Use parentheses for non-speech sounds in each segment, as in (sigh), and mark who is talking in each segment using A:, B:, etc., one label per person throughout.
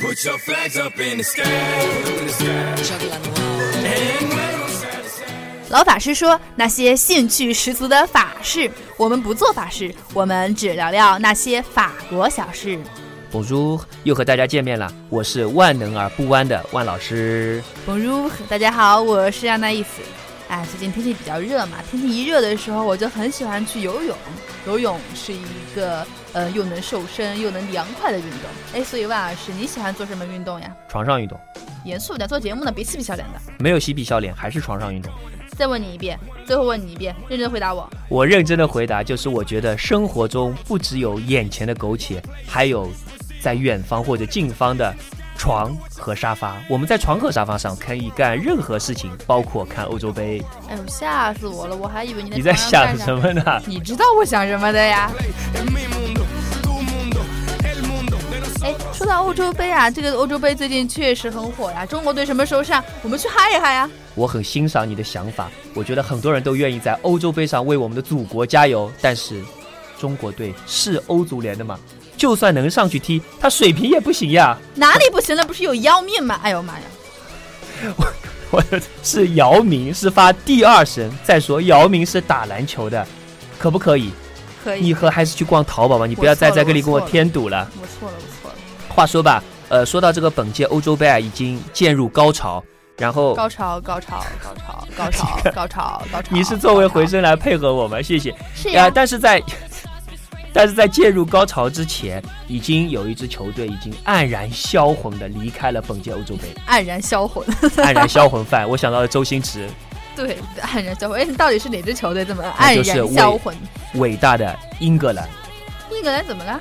A: Put your flags up in the sky, up in the sky.
B: Juggle on the wall.
A: And wave 'em side to side.
C: 老法师说，那些兴趣十足的法事，我们不做法事，我们只聊聊那些法国小事。
D: Bonjour，又和大家见面了，我是万能而不弯的万老师。
C: Bonjour，大家好，我是亚奈伊斯。哎，最近天气比较热嘛，天气一热的时候，我就很喜欢去游泳。游泳是一个呃又能瘦身又能凉快的运动。哎，所以万老师，你喜欢做什么运动呀？
D: 床上运动，
C: 严肃点，做节目呢，别嬉皮笑脸的。
D: 没有嬉皮笑脸，还是床上运动。
C: 再问你一遍，最后问你一遍，认真回答我。
D: 我认真的回答，就是我觉得生活中不只有眼前的苟且，还有在远方或者近方的床和沙发。我们在床和沙发上可以干任何事情，包括看欧洲杯。
C: 哎呦，吓死我了，我还以为你
D: 你在想什么呢？
C: 你知道我想什么的呀？
A: Es mi mundo, tu mundo, el mundo de nosotros.
C: 哎，说到欧洲杯啊，这个欧洲杯最近确实很火呀。啊中国队什么时候上？我们去嗨一嗨啊呀！
D: 我很欣赏你的想法，我觉得很多人都愿意在欧洲杯上为我们的祖国加油。但是，中国队是欧足联的嘛？就算能上去踢，他水平也不行呀。 (laughs)
C: 哪里不行了？不是有姚明吗？哎呦妈呀！
D: 我的是姚明是发第二声。再说姚明是打篮球的，可不可以？
C: 可以，
D: 你和还是去逛淘宝吧，你不要再在这里跟我添堵了。
C: 我错了，我错了。
D: 话说吧，呃，说到这个本届欧洲杯啊，已经渐入高潮，然后
C: 高潮，高潮，高潮，
D: (laughs)
C: 高潮，高潮，高潮。
D: 你是作为
C: 高潮
D: 回声来配合我们，谢谢。
C: 是
D: 啊、
C: 呀，
D: 但是在但是在介入高潮之前，已经有一支球队已经黯然销魂的离开了本届欧洲杯，
C: 黯然销魂。 (laughs)
D: 黯然销魂饭。我想到了周星驰，
C: 对，黯然销魂。哎，你到底是哪支球队这么
D: 那
C: 黯
D: 哎就是
C: 然
D: 为
C: 销魂？
D: 伟大的英格兰。
C: 英格兰怎么了？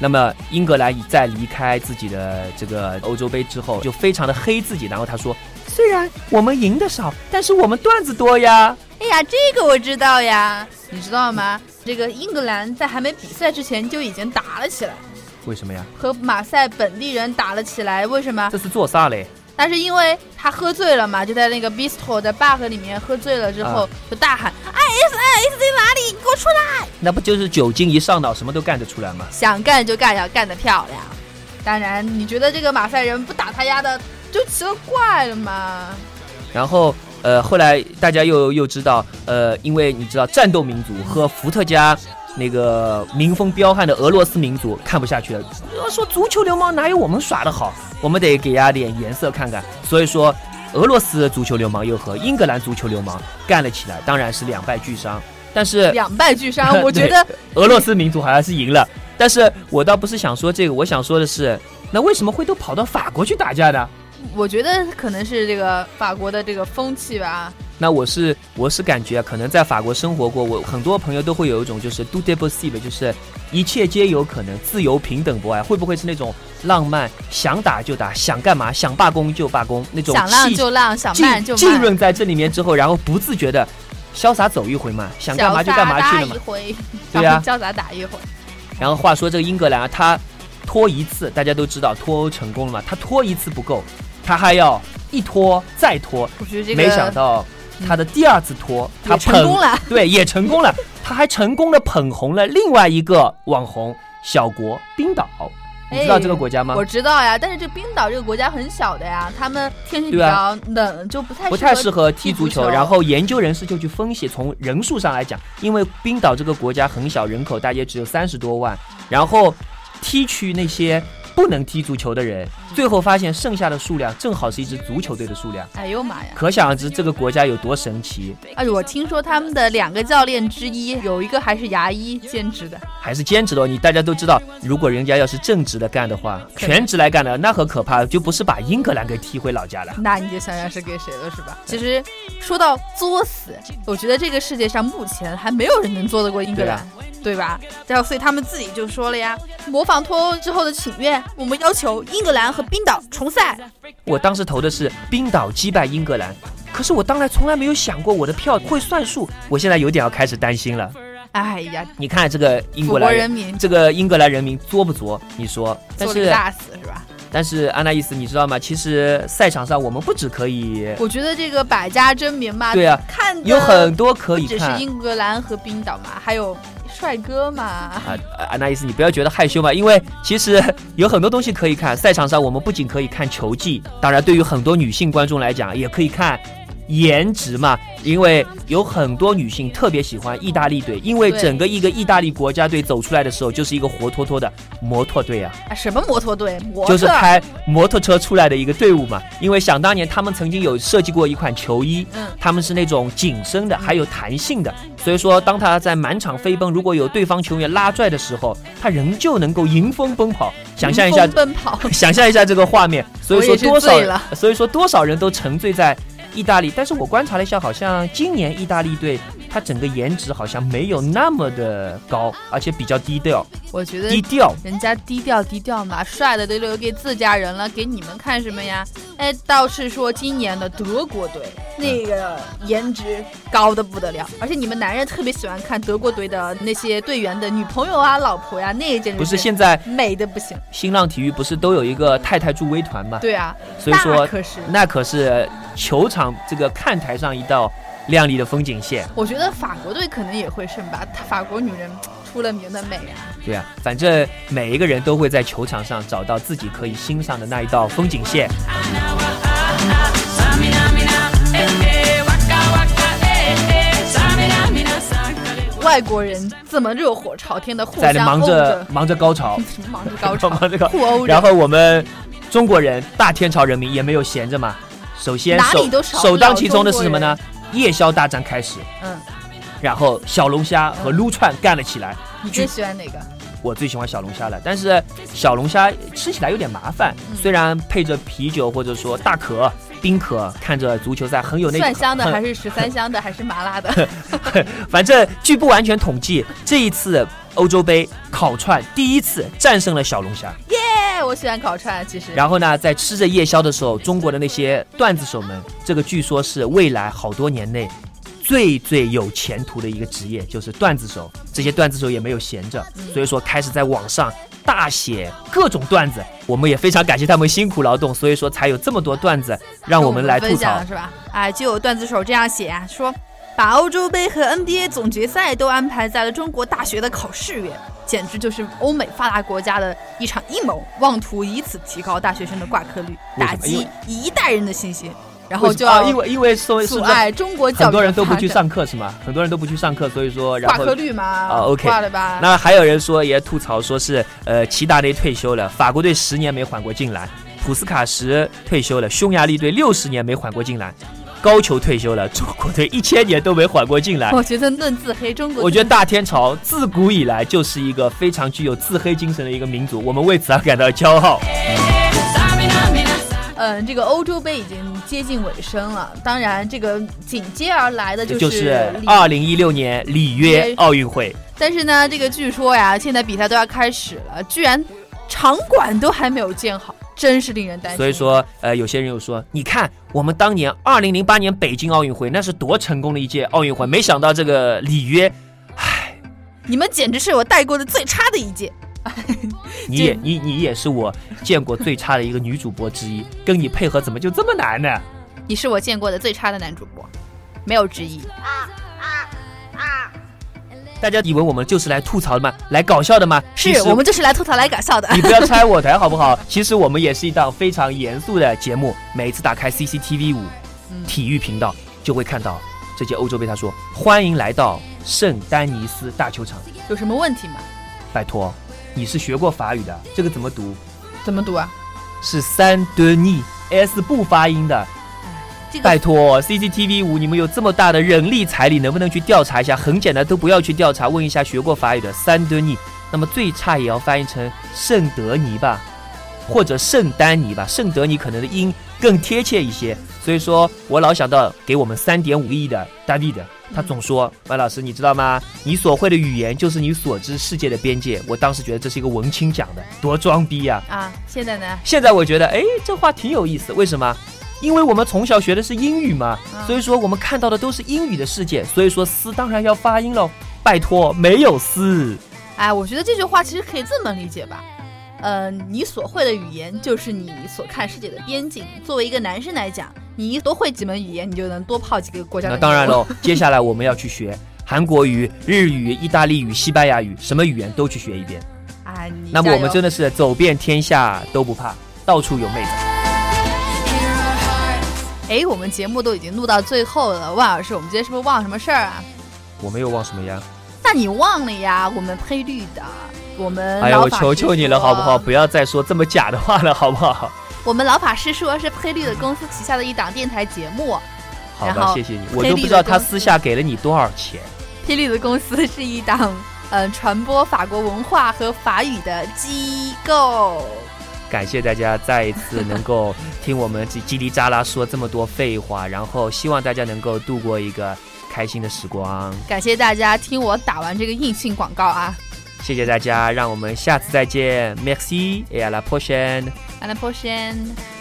D: 那么英格兰在离开自己的这个欧洲杯之后，就非常的黑自己，然后他说：“虽然我们赢的少，但是我们段子多呀。
C: 哎呀，这个我知道呀，你知道吗？这个英格兰在还没比赛之前就已经打了起来，”
D: 为什么呀？
C: 和马赛本地人打了起来。为什么
D: 这？是做啥嘞？
C: 那是因为他喝醉了嘛，就在那个 bistro 的 bar 里面喝醉了之后，
D: 啊
C: 就大喊 “IS IS 在哪里？你给我出来！”
D: 那不就是酒精一上脑，什么都干得出来吗？
C: 想干就干，要干得漂亮。当然，你觉得这个马赛人不打他丫的就奇了怪了吗？
D: 然后呃，后来大家又又知道，呃，因为你知道战斗民族和伏特加那个民风彪悍的俄罗斯民族看不下去了，要说足球流氓哪有我们耍的好，我们得给他点颜色看看。所以说，俄罗斯足球流氓又和英格兰足球流氓干了起来，当然是两败俱伤。但
C: (laughs)
D: 是
C: 两败俱伤，我觉
D: 对
C: 得
D: 俄罗斯民族好像是赢了，但是我倒不是想说这个，我想说的是，那为什么会都跑到法国去打架呢？
C: 我觉得可能是这个法国的这个风气吧。
D: 那我是我是感觉，可能在法国生活过，我很多朋友都会有一种就是 do d e possible，就是一切皆有可能，自由平等博爱，会不会是那种浪漫，想打就打，想干嘛想罢工就罢工那种
C: 想浪
D: 气
C: 就浪，想慢
D: 浸
C: 就
D: 浸
C: 慢，
D: 润在这里面之后，然后不自觉的潇洒走一回嘛，想干嘛就干嘛去
C: 潇洒打
D: 了嘛
C: 一。回，
D: 对呀
C: 潇洒打一回。
D: 然后话说这个英格兰啊，他拖一次，大家都知道脱欧成功了嘛，他拖一次不够，他还要一拖再拖，
C: 我觉得这个嗯
D: 没想到他的第二次拖，他
C: 也成
D: 捧
C: 功了，
D: (laughs) 对，也成功了，他还成功的捧红了另外一个网红小国冰岛。你知道这个国家吗？
C: 哎我知道呀，但是这冰岛这个国家很小的呀，他们天气比
D: 对
C: 较
D: 啊
C: 冷，就不太
D: 不太适
C: 合。
D: 合踢足
C: 踢足球
D: 球。然后研究人士就去分析，从人数上来讲，因为冰岛这个国家很小，人口大约只有三十多万，然后踢去那些不能踢足球的人，最后发现剩下的数量正好是一支足球队的数量。
C: 哎呦妈呀！
D: 可想而知，这个国家有多神奇，
C: 而且我听说他们的两个教练之一，有一个还是牙医兼职的。
D: 还是兼职的哦。你大家都知道，如果人家要是正职的干的话，
C: 对
D: 全职来干的，那很可怕，就不是把英格兰给踢回老家了。
C: (laughs) 那你就想想是给谁了，是吧？其实说到作死，我觉得这个世界上目前还没有人能做得过英格
D: 啊
C: 兰，对吧？然后所以他们自己就说了呀，模仿脱欧之后的请愿，我们要求英格兰和冰岛重赛。
D: 我当时投的是冰岛击败英格兰，可是我当来从来没有想过我的票会算数，我现在有点要开始担心了。
C: 哎呀，
D: 你看这个英
C: 祖国
D: 国兰
C: 人民
D: 这个英格兰人民作不作？你说，但
C: 做了个
D: 是
C: 大死，是吧？
D: 但是安娜伊斯，你知道吗？其实赛场上我们不只可以，
C: 我觉得这个百家争鸣嘛，
D: 对啊，
C: 看的
D: 有很多可以
C: 只是
D: 看。
C: 英格兰和冰岛嘛，还有帅哥嘛，
D: 啊，安娜伊斯，你不要觉得害羞嘛，因为其实有很多东西可以看。赛场上，我们不仅可以看球技，当然对于很多女性观众来讲，也可以看颜值嘛，因为有很多女性特别喜欢意大利队，因为
C: 对
D: 整个一个意大利国家队走出来的时候，就是一个活脱脱的摩托队啊。
C: 啊什么摩托队，模特
D: 就是开摩托车出来的一个队伍嘛。因为想当年他们曾经有设计过一款球衣，
C: 嗯
D: 他们是那种紧身的，还有弹性的，所以说当他在满场飞奔，如果有对方球员拉拽的时候，他仍旧能够迎风奔跑。想象一
C: (laughs)
D: 下
C: 迎，风奔
D: (laughs)
C: 跑，
D: 想象一下这个画面，所以
C: 我
D: 说
C: 也是
D: 多少
C: 醉了，
D: 所以说多少人都沉醉在。意大利，但是我观察了一下，好像今年意大利队他整个颜值好像没有那么的高，而且比较低调，
C: 我觉得
D: 低调。
C: 人家低调低调嘛，帅的都留给自家人了，给你们看什么呀？哎，倒是说今年的德国队那个颜值高的不得了，而且你们男人特别喜欢看德国队的那些队员的女朋友啊、老婆呀、那简直
D: 不是现在
C: 美的不行。
D: 新浪体育不是都有一个太太助威团嘛？
C: 对啊，
D: 所以
C: 那
D: 说
C: 可是
D: 那可是球场这个看台上一道亮丽的风景线。
C: 我觉得法国队可能也会胜吧，她法国女人出了名的美啊。
D: 对啊，反正每一个人都会在球场上找到自己可以欣赏的那一道风景线。
C: 外国人这么热火朝天的互
D: 在那
C: 相
D: 忙
C: 殴
D: 着
C: 着，
D: 忙着高潮，
C: 什么忙着 (laughs) 高潮，
D: (laughs) 忙着高。
C: 互殴着
D: 然后我们中国人大天朝人民也没有闲着嘛，首先
C: 哪里
D: 首
C: 都少不
D: 首当
C: 了
D: 其
C: 中
D: 冲的是
C: 国
D: 什么呢？夜宵大战开始，
C: 嗯，
D: 然后小龙虾和撸串干了起来。
C: 你最喜欢哪个？
D: 我最喜欢小龙虾了，但是小龙虾吃起来有点麻烦，
C: 嗯
D: 虽然配着啤酒或者说大可、冰可，看着足球赛很有那
C: 蒜香的
D: 很
C: 还是十三香的还是麻辣
D: (laughs)
C: 的？
D: 反正据不完全统计，这一次欧洲杯烤串第一次战胜了小龙虾。
C: 哎，我喜欢烤串，其实。
D: 然后呢，在吃着夜宵的时候，中国的那些段子手们，这个据说是未来好多年内最最有前途的一个职业，就是段子手。这些段子手也没有闲着，所以说开始在网上大写各种段子。我们也非常感谢他们辛苦劳动，所以说才有这么多段子让我们来吐
C: 分
D: 槽
C: 享。是吧？哎，就有段子手这样写啊，说把欧洲杯和 NBA 总决赛都安排在了中国大学的考试月，简直就是欧美发达国家的一场阴谋，妄图以此提高大学生的挂科率，
D: 为什么
C: 打击
D: 因为
C: 一代人的信心，然后就
D: 啊，
C: 要
D: 因为因为说是
C: 阻
D: 不是
C: 碍中国教育
D: 很多人都不
C: 发
D: 去
C: 展
D: 上课是吗？很多人都不去上课，所以说然
C: 挂
D: 后
C: 科率嘛？啊
D: 啊，OK
C: 挂了吧？
D: 那还有人说也吐槽说是呃，齐达内退休了，法国队十年没缓过劲来，普斯卡什退休了，匈牙利队六十年没缓过劲来，高俅退休了，中国队一千年都没缓过劲来。
C: 我觉得论自黑，中国
D: (laughs) 我觉得大天朝自古以来就是一个非常具有自黑精神的一个民族，我们为此而感到骄傲。
C: 嗯，这个欧洲杯已经接近尾声了，当然，这个紧接而来的
D: 这
C: 就
D: 就是啊
C: 里
D: 二零一六年里约奥运会，
C: 但是呢，这个据说呀，现在比赛都要开始了，居然场馆都还没有建好，真是令人担心。
D: 所以，说呃，有些人又说，你看我们当年二零零八年北京奥运会那是多成功的一届奥运会，没想到这个里约
C: 你们简直是我带过的最差的一届。
D: 你也你你也是我见过最差的一个女主播之一，跟你配合怎么就这么难呢？
C: 你是我见过的最差的男主播，没有之一。
D: 大家以为我们就是来吐槽的吗？来搞笑的吗？其
C: 是
D: 实
C: 我们就是来吐槽来搞笑的。
D: 你不要拆我台好不好？其实我们也是一档非常严肃的节目。每次打开 CCTV 五
C: 嗯
D: 体育频道，就会看到这届欧洲杯。他说：“欢迎来到圣丹尼斯大球场。
C: 有什么问题吗？”
D: 拜托，你是学过法语的，这个怎么读？
C: 怎么读啊？
D: 是三 d 尼 s 不发音的。
C: 这个
D: 拜托，CCTV 五，你们有这么大的人力财力，能不能去调查一下？很简单，都不要去调查，问一下学过法语的三德尼。那么最差也要翻译成圣德尼吧，或者圣丹尼吧。圣德尼可能的音更贴切一些。所以说我老想到给我们三点五亿的 David，他总说麦老师，你知道吗？你所会的语言就是你所知世界的边界。我当时觉得这是一个文青讲的，多装逼呀、
C: 啊，现在呢？
D: 现在我觉得，哎，这话挺有意思。为什么？因为我们从小学的是英语嘛，
C: 嗯
D: 所以说我们看到的都是英语的世界，所以说“斯”当然要发音喽。拜托，没有“斯
C: 哎，我觉得这句话其实可以这么理解吧。呃，你所会的语言就是你所看世界的边境。作为一个男生来讲，你多会几门语言，你就能多泡几个国”。家的
D: 那
C: 妞
D: (laughs) 当然喽，接下来我们要去学韩国语、日语、意大利语、西班牙语，什么语言都去学一遍。
C: 哎，你
D: 那么
C: 加
D: 我们
C: 油
D: 真的是走遍天下都不怕，到处有妹子。
C: 哎，我们节目都已经录到最后了，万老师，我们今天是不是忘了什么事儿啊？
D: 我没有忘什么呀？
C: 那你忘了呀？我们配绿的，我们
D: 哎
C: 嗯
D: 呀，
C: 老
D: 我
C: 法
D: 求
C: 师
D: 求你
C: 说
D: 了，好不好？？不要再说这么假的话了，好不好？
C: 我们老法师说是配绿的公司旗下的一档电台节目，
D: 好
C: 然
D: 吧，
C: 后
D: 谢谢你。
C: 黑
D: 我
C: 利
D: 都不知道
C: 的
D: 他
C: 公
D: 私下给了你多少钱。
C: 配绿的公司是一档呃传播法国文化和法语的机构。
D: 感谢大家再一次能够听我们叽叽里喳啦说这么多废话，然后希望大家能够度过一个开心的时光。
C: 感谢大家听我打完这个硬性广告啊
D: 谢谢大家，让我们下次再见。Merci et à la prochaine。
C: a n a p o s h e n